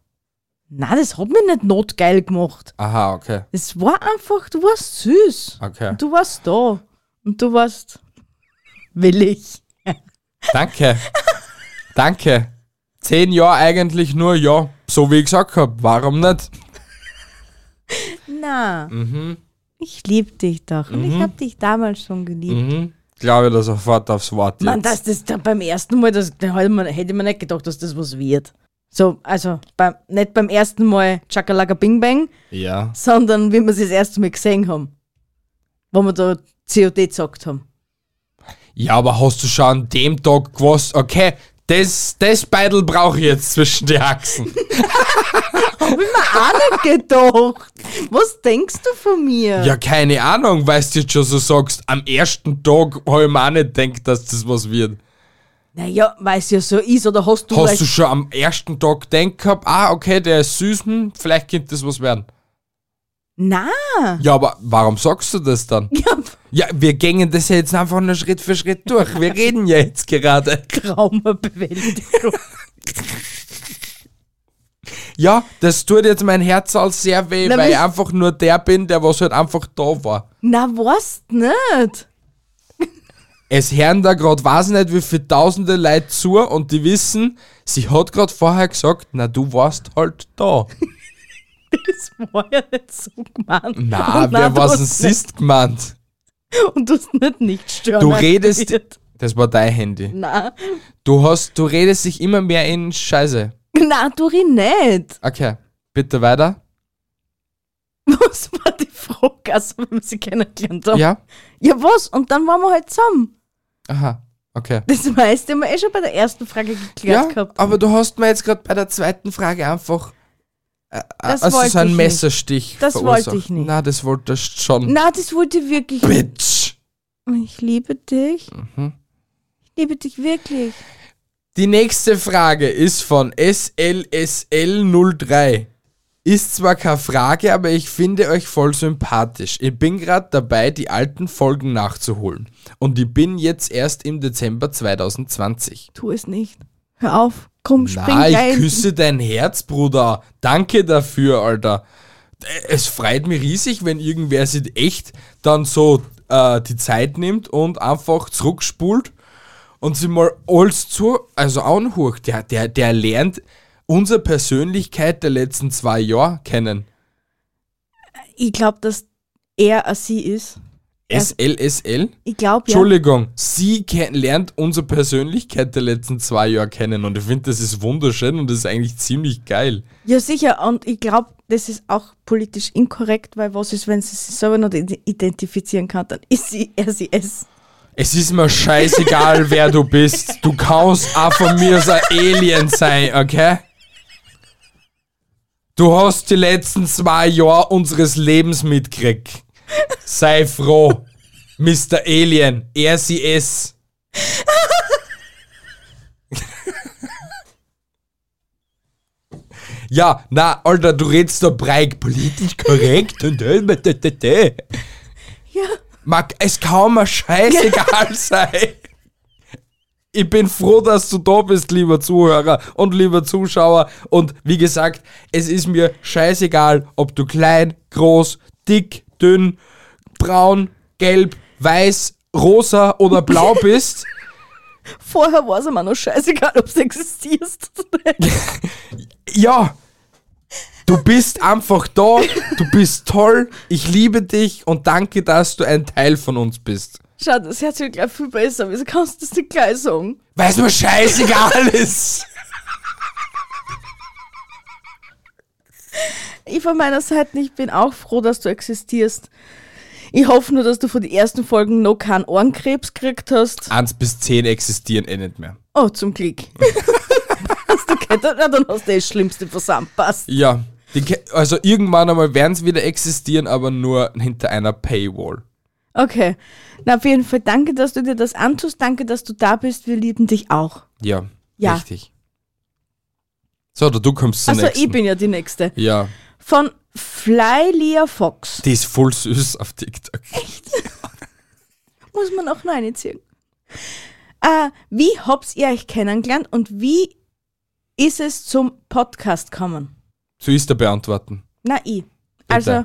S2: Nein, das hat mich nicht notgeil gemacht.
S1: Aha, okay.
S2: Es war einfach, du warst süß.
S1: Okay.
S2: Und du warst da. Und du warst willig.
S1: Danke. Danke. Zehn Jahre eigentlich nur ja. So wie ich gesagt habe, warum nicht?
S2: Na.
S1: Mhm.
S2: Ich lieb dich doch. Und ich hab dich damals schon geliebt.
S1: Mhm. Glaube ich da sofort aufs Wort jetzt.
S2: Mann, dass das da beim ersten Mal, das, da hätte man, hätte man nicht gedacht, dass das was wird. So, also beim, nicht beim ersten Mal Chakalaka Bing Bang,
S1: ja.
S2: sondern wie wir es das erste Mal gesehen haben. Wo wir da COD gezockt haben.
S1: Ja, aber hast du schon an dem Tag gewusst, okay, das, das Beidel brauche ich jetzt zwischen die Achsen.
S2: Hab ich mir auch nicht gedacht. Was denkst du von mir?
S1: ja, keine Ahnung, weißt du jetzt schon so sagst, am ersten Tag habe ich mir auch nicht gedacht, dass das was wird.
S2: Naja, weil es ja so ist, oder hast du.
S1: Hast
S2: vielleicht-
S1: du schon am ersten Tag gedacht gehabt, ah, okay, der ist süß, hm, vielleicht könnte das was werden.
S2: Na,
S1: Ja, aber warum sagst du das dann?
S2: ja,
S1: Ja, wir gängen das ja jetzt einfach nur Schritt für Schritt durch. Wir reden ja jetzt gerade.
S2: Traumabewältigung.
S1: Ja, das tut jetzt mein Herz als sehr weh,
S2: Na,
S1: weil ich
S2: was-
S1: einfach nur der bin, der was halt einfach da war.
S2: Na, was nicht?
S1: Es hören da gerade weiß nicht, wie viele tausende Leute zu und die wissen, sie hat gerade vorher gesagt, na du warst halt da.
S2: Das war ja nicht so gemeint.
S1: Na,
S2: Und
S1: wer
S2: du
S1: was
S2: hast
S1: denn
S2: nicht-
S1: ist gemeint?
S2: Und du hast nicht nicht stören.
S1: Du redest-
S2: aktiviert.
S1: Das war dein Handy.
S2: Na,
S1: Du hast, du redest dich immer mehr in Scheiße.
S2: na, du redest nicht.
S1: Okay, bitte weiter.
S2: Was war die Frage, also wenn wir sie kennengelernt haben?
S1: Ja?
S2: ja, was? Und dann waren wir halt zusammen.
S1: Aha, okay.
S2: Das meiste haben wir eh schon bei der ersten Frage geklärt
S1: Ja,
S2: gehabt.
S1: aber du hast mir jetzt gerade bei der zweiten Frage einfach äh,
S2: das
S1: also
S2: wollte
S1: so einen
S2: ich
S1: Messerstich
S2: Das wollte
S1: verursacht.
S2: ich nicht.
S1: Na, das wolltest schon.
S2: nicht. Na, das wollte ich wirklich nicht.
S1: Bitch!
S2: Ich liebe dich.
S1: Mhm.
S2: Ich liebe dich wirklich.
S1: Die nächste Frage ist von SLSL03. Ist zwar keine Frage, aber ich finde euch voll sympathisch. Ich bin gerade dabei, die alten Folgen nachzuholen. Und ich bin jetzt erst im Dezember 2020.
S2: Tu es nicht. Hör auf. Komm, spring
S1: Na, ich
S2: rein.
S1: küsse dein Herz, Bruder. Danke dafür, Alter. Äh, Es freut mich riesig, wenn irgendwer sich echt dann so äh, die Zeit nimmt und einfach zurückspult und sie mal alles zu, also anhucht. Der, der, der lernt unsere Persönlichkeit der letzten zwei Jahre kennen.
S2: Ich glaube, dass er ein sie ist.
S1: SLSL?
S2: Ich glaube ja.
S1: Entschuldigung, sie ken- lernt unsere Persönlichkeit der letzten zwei Jahre kennen und ich finde, das ist wunderschön und das ist eigentlich ziemlich geil.
S2: Ja, sicher. Und ich glaube, das ist auch politisch inkorrekt, weil was ist, wenn sie sich selber nicht ide- identifizieren kann, dann ist sie er sie es.
S1: Es ist mir scheißegal, wer du bist. Du kannst auch von mir so ein Alien sein, okay? Du hast die letzten zwei Jahre unseres Lebens mitgekriegt. Sei froh, Mr. Alien. Er, sie, es. Ja, na, Alter, du redst da breig politisch korrekt und äh,
S2: Ja.
S1: Mag es kaum mal scheißegal sein. Ich bin froh, dass du da bist, lieber Zuhörer und lieber Zuschauer. Und wie gesagt, es ist mir scheißegal, ob du klein, groß, dick, dünn, braun, gelb, weiß, rosa oder blau bist.
S2: Vorher war es mir noch scheißegal, ob du existierst oder nicht.
S1: Ja, du bist einfach da, du bist toll, ich liebe dich und danke, dass du ein Teil von uns bist.
S2: Schau, das hört sich gleich viel besser. Wieso kannst du das nicht gleich sagen?
S1: Weil es mir scheißegal ist.
S2: Ich von meiner Seite, ich bin auch froh, dass du existierst. Ich hoffe nur, dass du von den ersten Folgen noch keinen Ohrenkrebs gekriegt hast.
S1: 1 bis 10 existieren eh nicht mehr.
S2: Oh, zum Glück. hast du gehört? Na, dann hast du eh das Schlimmste versammelt. Passt.
S1: Ja. Die, ke- also irgendwann einmal werden sie wieder existieren, aber nur hinter einer Paywall.
S2: Okay. Na, auf jeden Fall danke, dass du dir das antust. Danke, dass du da bist. Wir lieben dich auch.
S1: Ja,
S2: Ja.
S1: richtig. So, oder du kommst zur
S2: Also
S1: nächsten.
S2: ich bin ja die Nächste.
S1: Ja,
S2: Von Fly Leah Fox.
S1: die ist voll süß auf TikTok.
S2: Muss man auch noch reinziehen. Äh, wie habt ihr euch kennengelernt und wie ist es zum Podcast gekommen?
S1: So ist der beantworten.
S2: Na, ich. Also,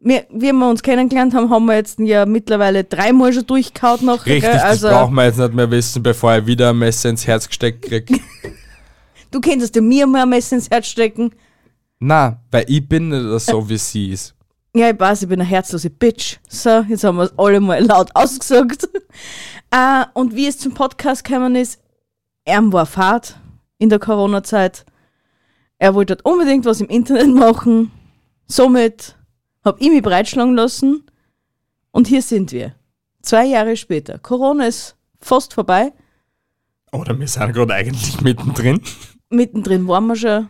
S2: wir, wie wir uns kennengelernt haben, haben wir jetzt ja mittlerweile dreimal schon durchgehauen. nachher, gell?
S1: Richtig,
S2: also,
S1: das brauchen wir jetzt nicht mehr wissen, bevor ich wieder ein Messer ins Herz gesteckt krieg.
S2: du könntest dir mir mal ein Messer ins Herz stecken.
S1: Na, weil ich bin nicht so, wie sie ist.
S2: Ja, ich weiß, ich bin eine herzlose Bitch. So, jetzt haben wir es alle mal laut ausgesagt. Äh, und wie es zum Podcast gekommen ist, er war Fahrt in der Corona-Zeit. Er wollte halt unbedingt was im Internet machen. Somit habe ich mich breitschlagen lassen. Und hier sind wir. Zwei Jahre später. Corona ist fast vorbei.
S1: Oder wir sind gerade eigentlich mittendrin.
S2: Mittendrin waren wir schon.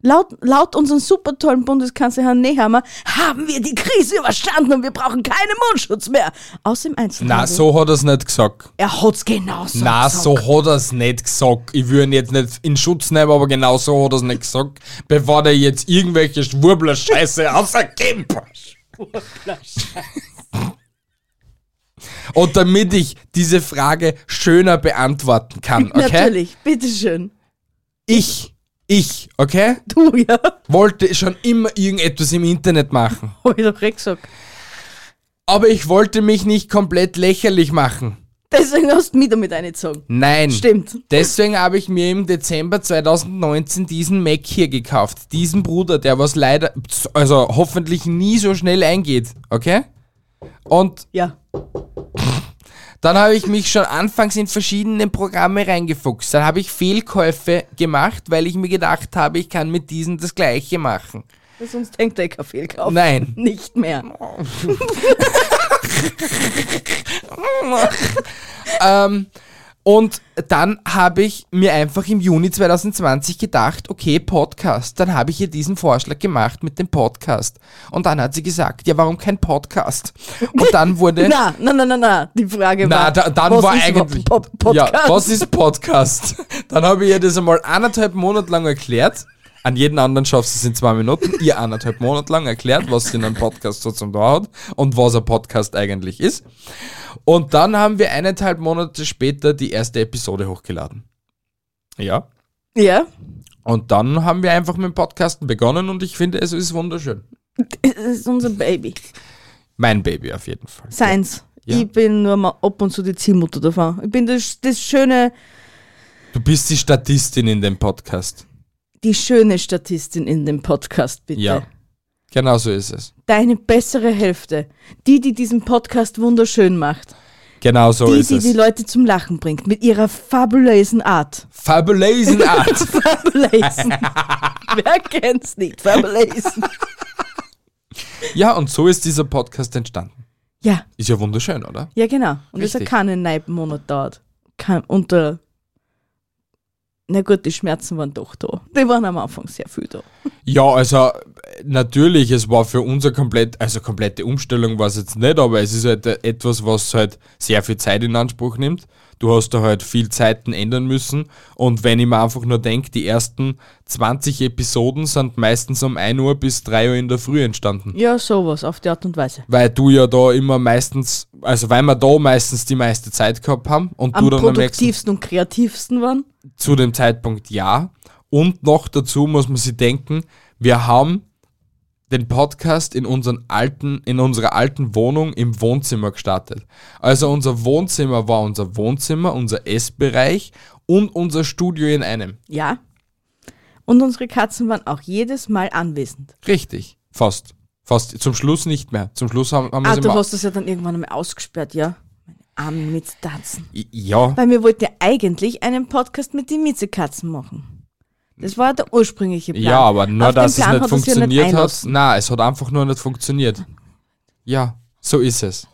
S2: Laut, laut unseren super tollen Bundeskanzler Herrn Nehammer haben wir die Krise überstanden und wir brauchen keinen Mundschutz mehr. Außer im Einzelhandel.
S1: Na, so hat er es nicht gesagt.
S2: Er hat's genauso
S1: Na,
S2: gesagt.
S1: so hat er es nicht gesagt. Ich würde ihn jetzt nicht in Schutz nehmen, aber genau so hat er es nicht gesagt, bevor der jetzt irgendwelche Schwurbler-Scheiße ausergibt. Und damit ich diese Frage schöner beantworten kann, okay?
S2: Natürlich, bitteschön.
S1: Ich, ich, okay,
S2: Du, ja.
S1: wollte schon immer irgendetwas im Internet machen.
S2: Hab ich doch recht gesagt.
S1: Aber ich wollte mich nicht komplett lächerlich machen.
S2: Deswegen hast du mich damit eingezogen.
S1: Nein.
S2: Stimmt.
S1: Deswegen habe ich mir im Dezember 2019 diesen Mac hier gekauft. Diesen Bruder, der was leider, also hoffentlich nie so schnell eingeht. Okay? Und
S2: Ja.
S1: dann habe ich mich schon anfangs in verschiedene Programme reingefuchst. Dann habe ich Fehlkäufe gemacht, weil ich mir gedacht habe, ich kann mit diesen das gleiche machen.
S2: Sonst hängt der Kaffee kaufen.
S1: Nein.
S2: Nicht mehr.
S1: Und dann habe ich mir einfach im Juni 2020 gedacht, okay, Podcast. Dann habe ich ihr diesen Vorschlag gemacht mit dem Podcast. Und dann hat sie gesagt, ja, warum kein Podcast? Und dann wurde...
S2: Na, na, na, na, na. Die Frage
S1: Na,
S2: war,
S1: da, dann
S2: was
S1: war
S2: ist überhaupt
S1: eigentlich.
S2: ein Pod Podcast?
S1: Ja, was ist Podcast? Dann habe ich ihr das einmal anderthalb Monate lang erklärt. An jeden anderen schaffst du es in zwei Minuten. Ihr anderthalb Monate lang erklärt, was sie in einem Podcast so zum Dauer hat und was ein Podcast eigentlich ist. Und dann haben wir eineinhalb Monate später die erste Episode hochgeladen. Ja.
S2: ja.
S1: Und dann haben wir einfach mit dem Podcasten begonnen und ich finde, es ist wunderschön.
S2: Es ist unser Baby.
S1: Mein Baby auf jeden Fall.
S2: Seins.
S1: Ja.
S2: Ich bin nur mal ab und zu die Ziehmutter davon. Ich bin das, das schöne,
S1: Du bist die Statistin in dem Podcast.
S2: die schöne Statistin in dem Podcast, bitte.
S1: Ja. Genau so ist es.
S2: Deine bessere Hälfte. Die, die diesen Podcast wunderschön macht.
S1: Genau so
S2: die,
S1: ist
S2: die
S1: es.
S2: die Leute zum Lachen bringt. Mit ihrer fabulösen Art.
S1: Fabulesen Art.
S2: Fabulösen. Wer kennt's nicht? Fabulösen.
S1: ja, und so ist dieser Podcast entstanden.
S2: Ja,
S1: Ist ja wunderschön, oder?
S2: ja, genau. Und das hat
S1: Richtig.
S2: keinen neuen Monat dauert. Kein, unter. Na gut, die Schmerzen waren doch da. Die waren am Anfang sehr viel da.
S1: Ja, also äh, natürlich, es war für uns eine komplett, also komplette Umstellung war es jetzt nicht, aber es ist halt äh, etwas, was halt sehr viel Zeit in Anspruch nimmt. Du hast da halt viel Zeiten ändern müssen und wenn ich mir einfach nur denke, die ersten 20 Episoden sind meistens um 1 Uhr bis 3 Uhr in der Früh entstanden.
S2: Ja, sowas, auf die Art und Weise.
S1: Weil du ja da immer meistens, also weil wir da meistens die meiste Zeit gehabt haben und
S2: Am
S1: du dann am nächsten
S2: produktivsten und kreativsten waren.
S1: zu dem Zeitpunkt ja. Und noch dazu muss man sich denken, wir haben den Podcast in, unseren alten, in unserer alten Wohnung im Wohnzimmer gestartet. Also unser Wohnzimmer war unser Wohnzimmer, unser Essbereich und unser Studio in einem.
S2: Ja. Und unsere Katzen waren auch jedes Mal anwesend.
S1: Richtig, fast. Fast. Zum Schluss nicht mehr. Zum Schluss haben, haben wir
S2: Ah,
S1: sie
S2: du
S1: mal-
S2: hast das ja dann irgendwann einmal ausgesperrt, ja? Meine Armen mit Tatzen.
S1: Ja,
S2: Weil wir wollten ja eigentlich einen Podcast mit den Miezekatzen machen. Das war der ursprüngliche Plan.
S1: ja, aber nur,
S2: Auf den
S1: dass es
S2: Plan
S1: nicht
S2: hat es ja nicht
S1: funktioniert hat.
S2: einlassen.
S1: Na, es hat einfach nur nicht funktioniert. Ja, so ist es.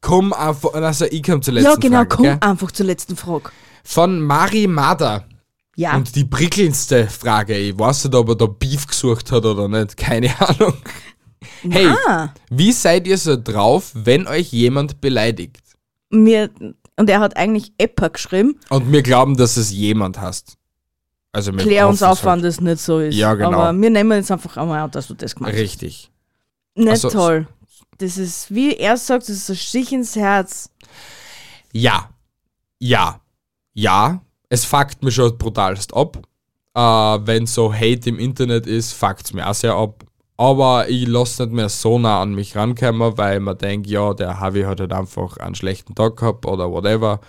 S1: Komm einfach, also ich komme zur letzten
S2: Ja, genau,
S1: Frage,
S2: komm
S1: gell?
S2: einfach zur letzten Frage.
S1: von Mari Mada.
S2: Ja.
S1: Und die prickelndste Frage, ich weiß nicht, ob er da Beef gesucht hat oder nicht, keine Ahnung. Hey,
S2: Na.
S1: wie seid ihr so drauf, wenn euch jemand beleidigt?
S2: mir, und er hat eigentlich Epper geschrieben.
S1: Und wir glauben, dass es jemand hast. Also mit
S2: Klär uns auf,
S1: Aufsatz
S2: wann
S1: halt.
S2: das nicht so ist.
S1: Ja, genau.
S2: Aber wir nehmen jetzt einfach einmal an, dass du das gemacht hast.
S1: Richtig.
S2: Nicht
S1: Also-
S2: toll. Das ist, wie er sagt, das ist ein Stich ins Herz.
S1: Ja. Ja. Ja. Es fuckt mir schon brutalst ab. Äh, wenn so Hate im Internet ist, fuckt's mir auch sehr ab. Aber ich lasse nicht mehr so nah an mich rankommen, weil man denkt, ja, der Harvey hat halt einfach einen schlechten Tag gehabt oder whatever.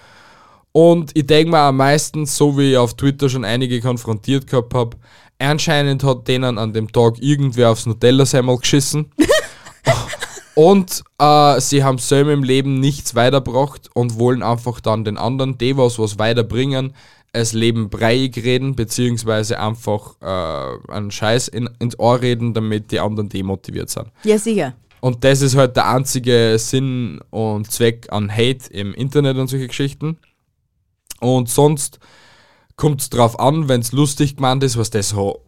S1: Und ich denke mir am meisten, so wie ich auf Twitter schon einige konfrontiert gehabt habe, anscheinend hat denen an dem Tag irgendwer aufs Nutella-Semmel geschissen. Und äh, sie haben selber im Leben nichts weitergebracht und wollen einfach dann den anderen, die was, was weiterbringen, es Leben breiig reden, beziehungsweise einfach äh, einen Scheiß in, ins Ohr reden, damit die anderen demotiviert sind.
S2: Ja, sicher.
S1: Und das ist halt der einzige Sinn und Zweck an Hate im Internet und solche Geschichten. Und sonst kommt es drauf an, wenn es lustig gemeint ist, was das so.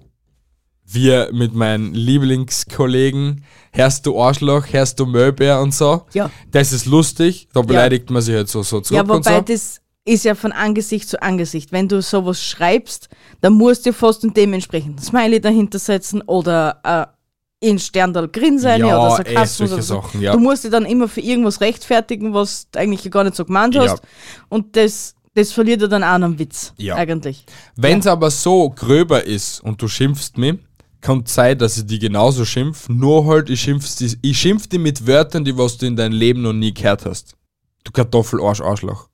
S1: Wir mit meinen Lieblingskollegen, hörst du Arschloch, hörst du Möbär und so.
S2: Ja.
S1: Das ist lustig, da beleidigt man sich halt so, so zurück
S2: Ja, wobei
S1: und so.
S2: das ist ja von Angesicht zu Angesicht. Wenn du sowas schreibst, dann musst du fast einen dementsprechenden Smiley dahinter setzen oder äh, in Sterndal Grinsein
S1: Ja,
S2: oder
S1: eh,
S2: Sarkasmus.
S1: solche
S2: oder so.
S1: Sachen, ja.
S2: Du musst dich dann immer für irgendwas rechtfertigen, was du eigentlich gar nicht so gemeint
S1: Ja.
S2: hast. Und das, das verliert ja dann auch einen Witz,
S1: Ja.
S2: eigentlich.
S1: Wenn es aber so gröber ist und du schimpfst mich, kann sein, dass ich die genauso schimpf, nur halt ich schimpf die, ich schimpf die mit Wörtern, die was du in deinem Leben noch nie gehört hast. Du Kartoffelarsch, Arschloch.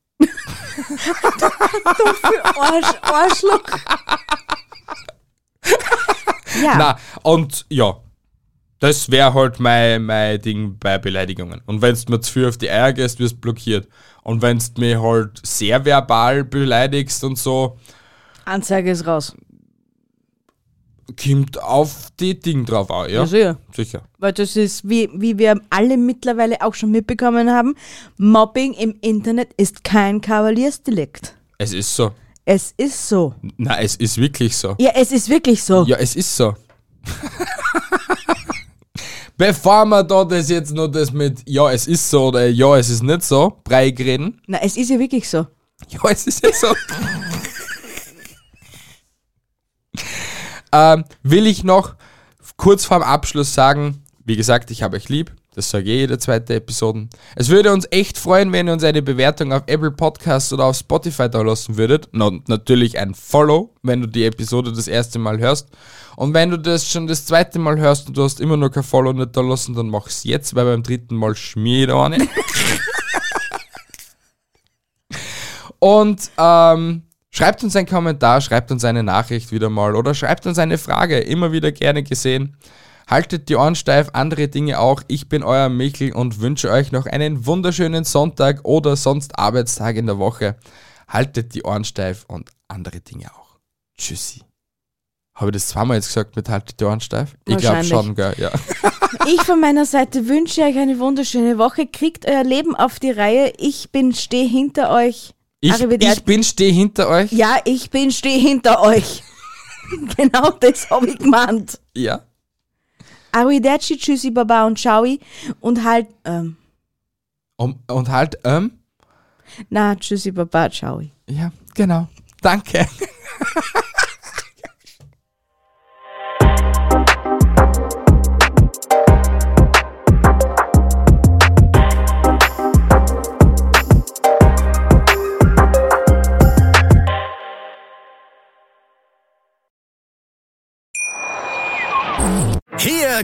S2: Arsch, Arschloch. ja,
S1: Na, Ah, und ja, das wäre halt mein, mein Ding bei Beleidigungen. Und wenn du mir zu viel auf die Eier gehst, wirst du blockiert. Und wenn du mich halt sehr verbal beleidigst und so,
S2: Anzeige ist raus.
S1: kommt auf die Ding drauf an, ja?
S2: Also ja.
S1: Sicher.
S2: Weil das ist, wie, wie wir alle mittlerweile auch schon mitbekommen haben, Mobbing im Internet ist kein Kavaliersdelikt.
S1: Es ist so.
S2: Es ist so.
S1: Na, es ist wirklich so.
S2: Ja, es ist wirklich so.
S1: Ja, es ist so. Bevor wir da das jetzt noch das mit Ja, es ist so oder Ja, es ist nicht so, breiig reden.
S2: Na, es ist ja wirklich so.
S1: Ja, es ist ja so. ähm, will ich noch kurz vorm Abschluss sagen, wie gesagt, ich habe euch lieb. Das sage ich eh, jede zweite Episode. Es würde uns echt freuen, wenn ihr uns eine Bewertung auf Apple Podcasts oder auf Spotify da lassen würdet. Na, Und natürlich ein Follow, wenn du die Episode das erste Mal hörst. Und wenn du das schon das zweite Mal hörst und du hast immer noch kein Follow nicht da lassen, dann mach's jetzt, weil beim dritten Mal schmier ich da eine. Und ähm, schreibt uns einen Kommentar, schreibt uns eine Nachricht wieder mal oder schreibt uns eine Frage. Immer wieder gerne gesehen. Haltet die Ohren steif, andere Dinge auch. Ich bin euer Michel und wünsche euch noch einen wunderschönen Sonntag oder sonst Arbeitstag in der Woche. Haltet die Ohren steif und andere Dinge auch. Tschüssi. Habe ich das zweimal jetzt gesagt mit haltet die Ohren steif? Ich glaube
S2: Wahrscheinlich.
S1: schon, gell? Ja.
S2: Ich von meiner Seite wünsche euch eine wunderschöne Woche. Kriegt euer Leben auf die Reihe. Ich bin, stehe hinter euch.
S1: Ich,
S2: Arrivederci.
S1: ich bin, stehe hinter euch.
S2: Ja, ich bin, stehe hinter euch. genau das habe ich gemeint.
S1: ja.
S2: Arrivederci, tschüssi, baba und ciao. Und halt, ähm,
S1: Und, und halt, ähm,
S2: na, tschüssi, baba, ciao.
S1: ja, genau. Danke.
S4: Hier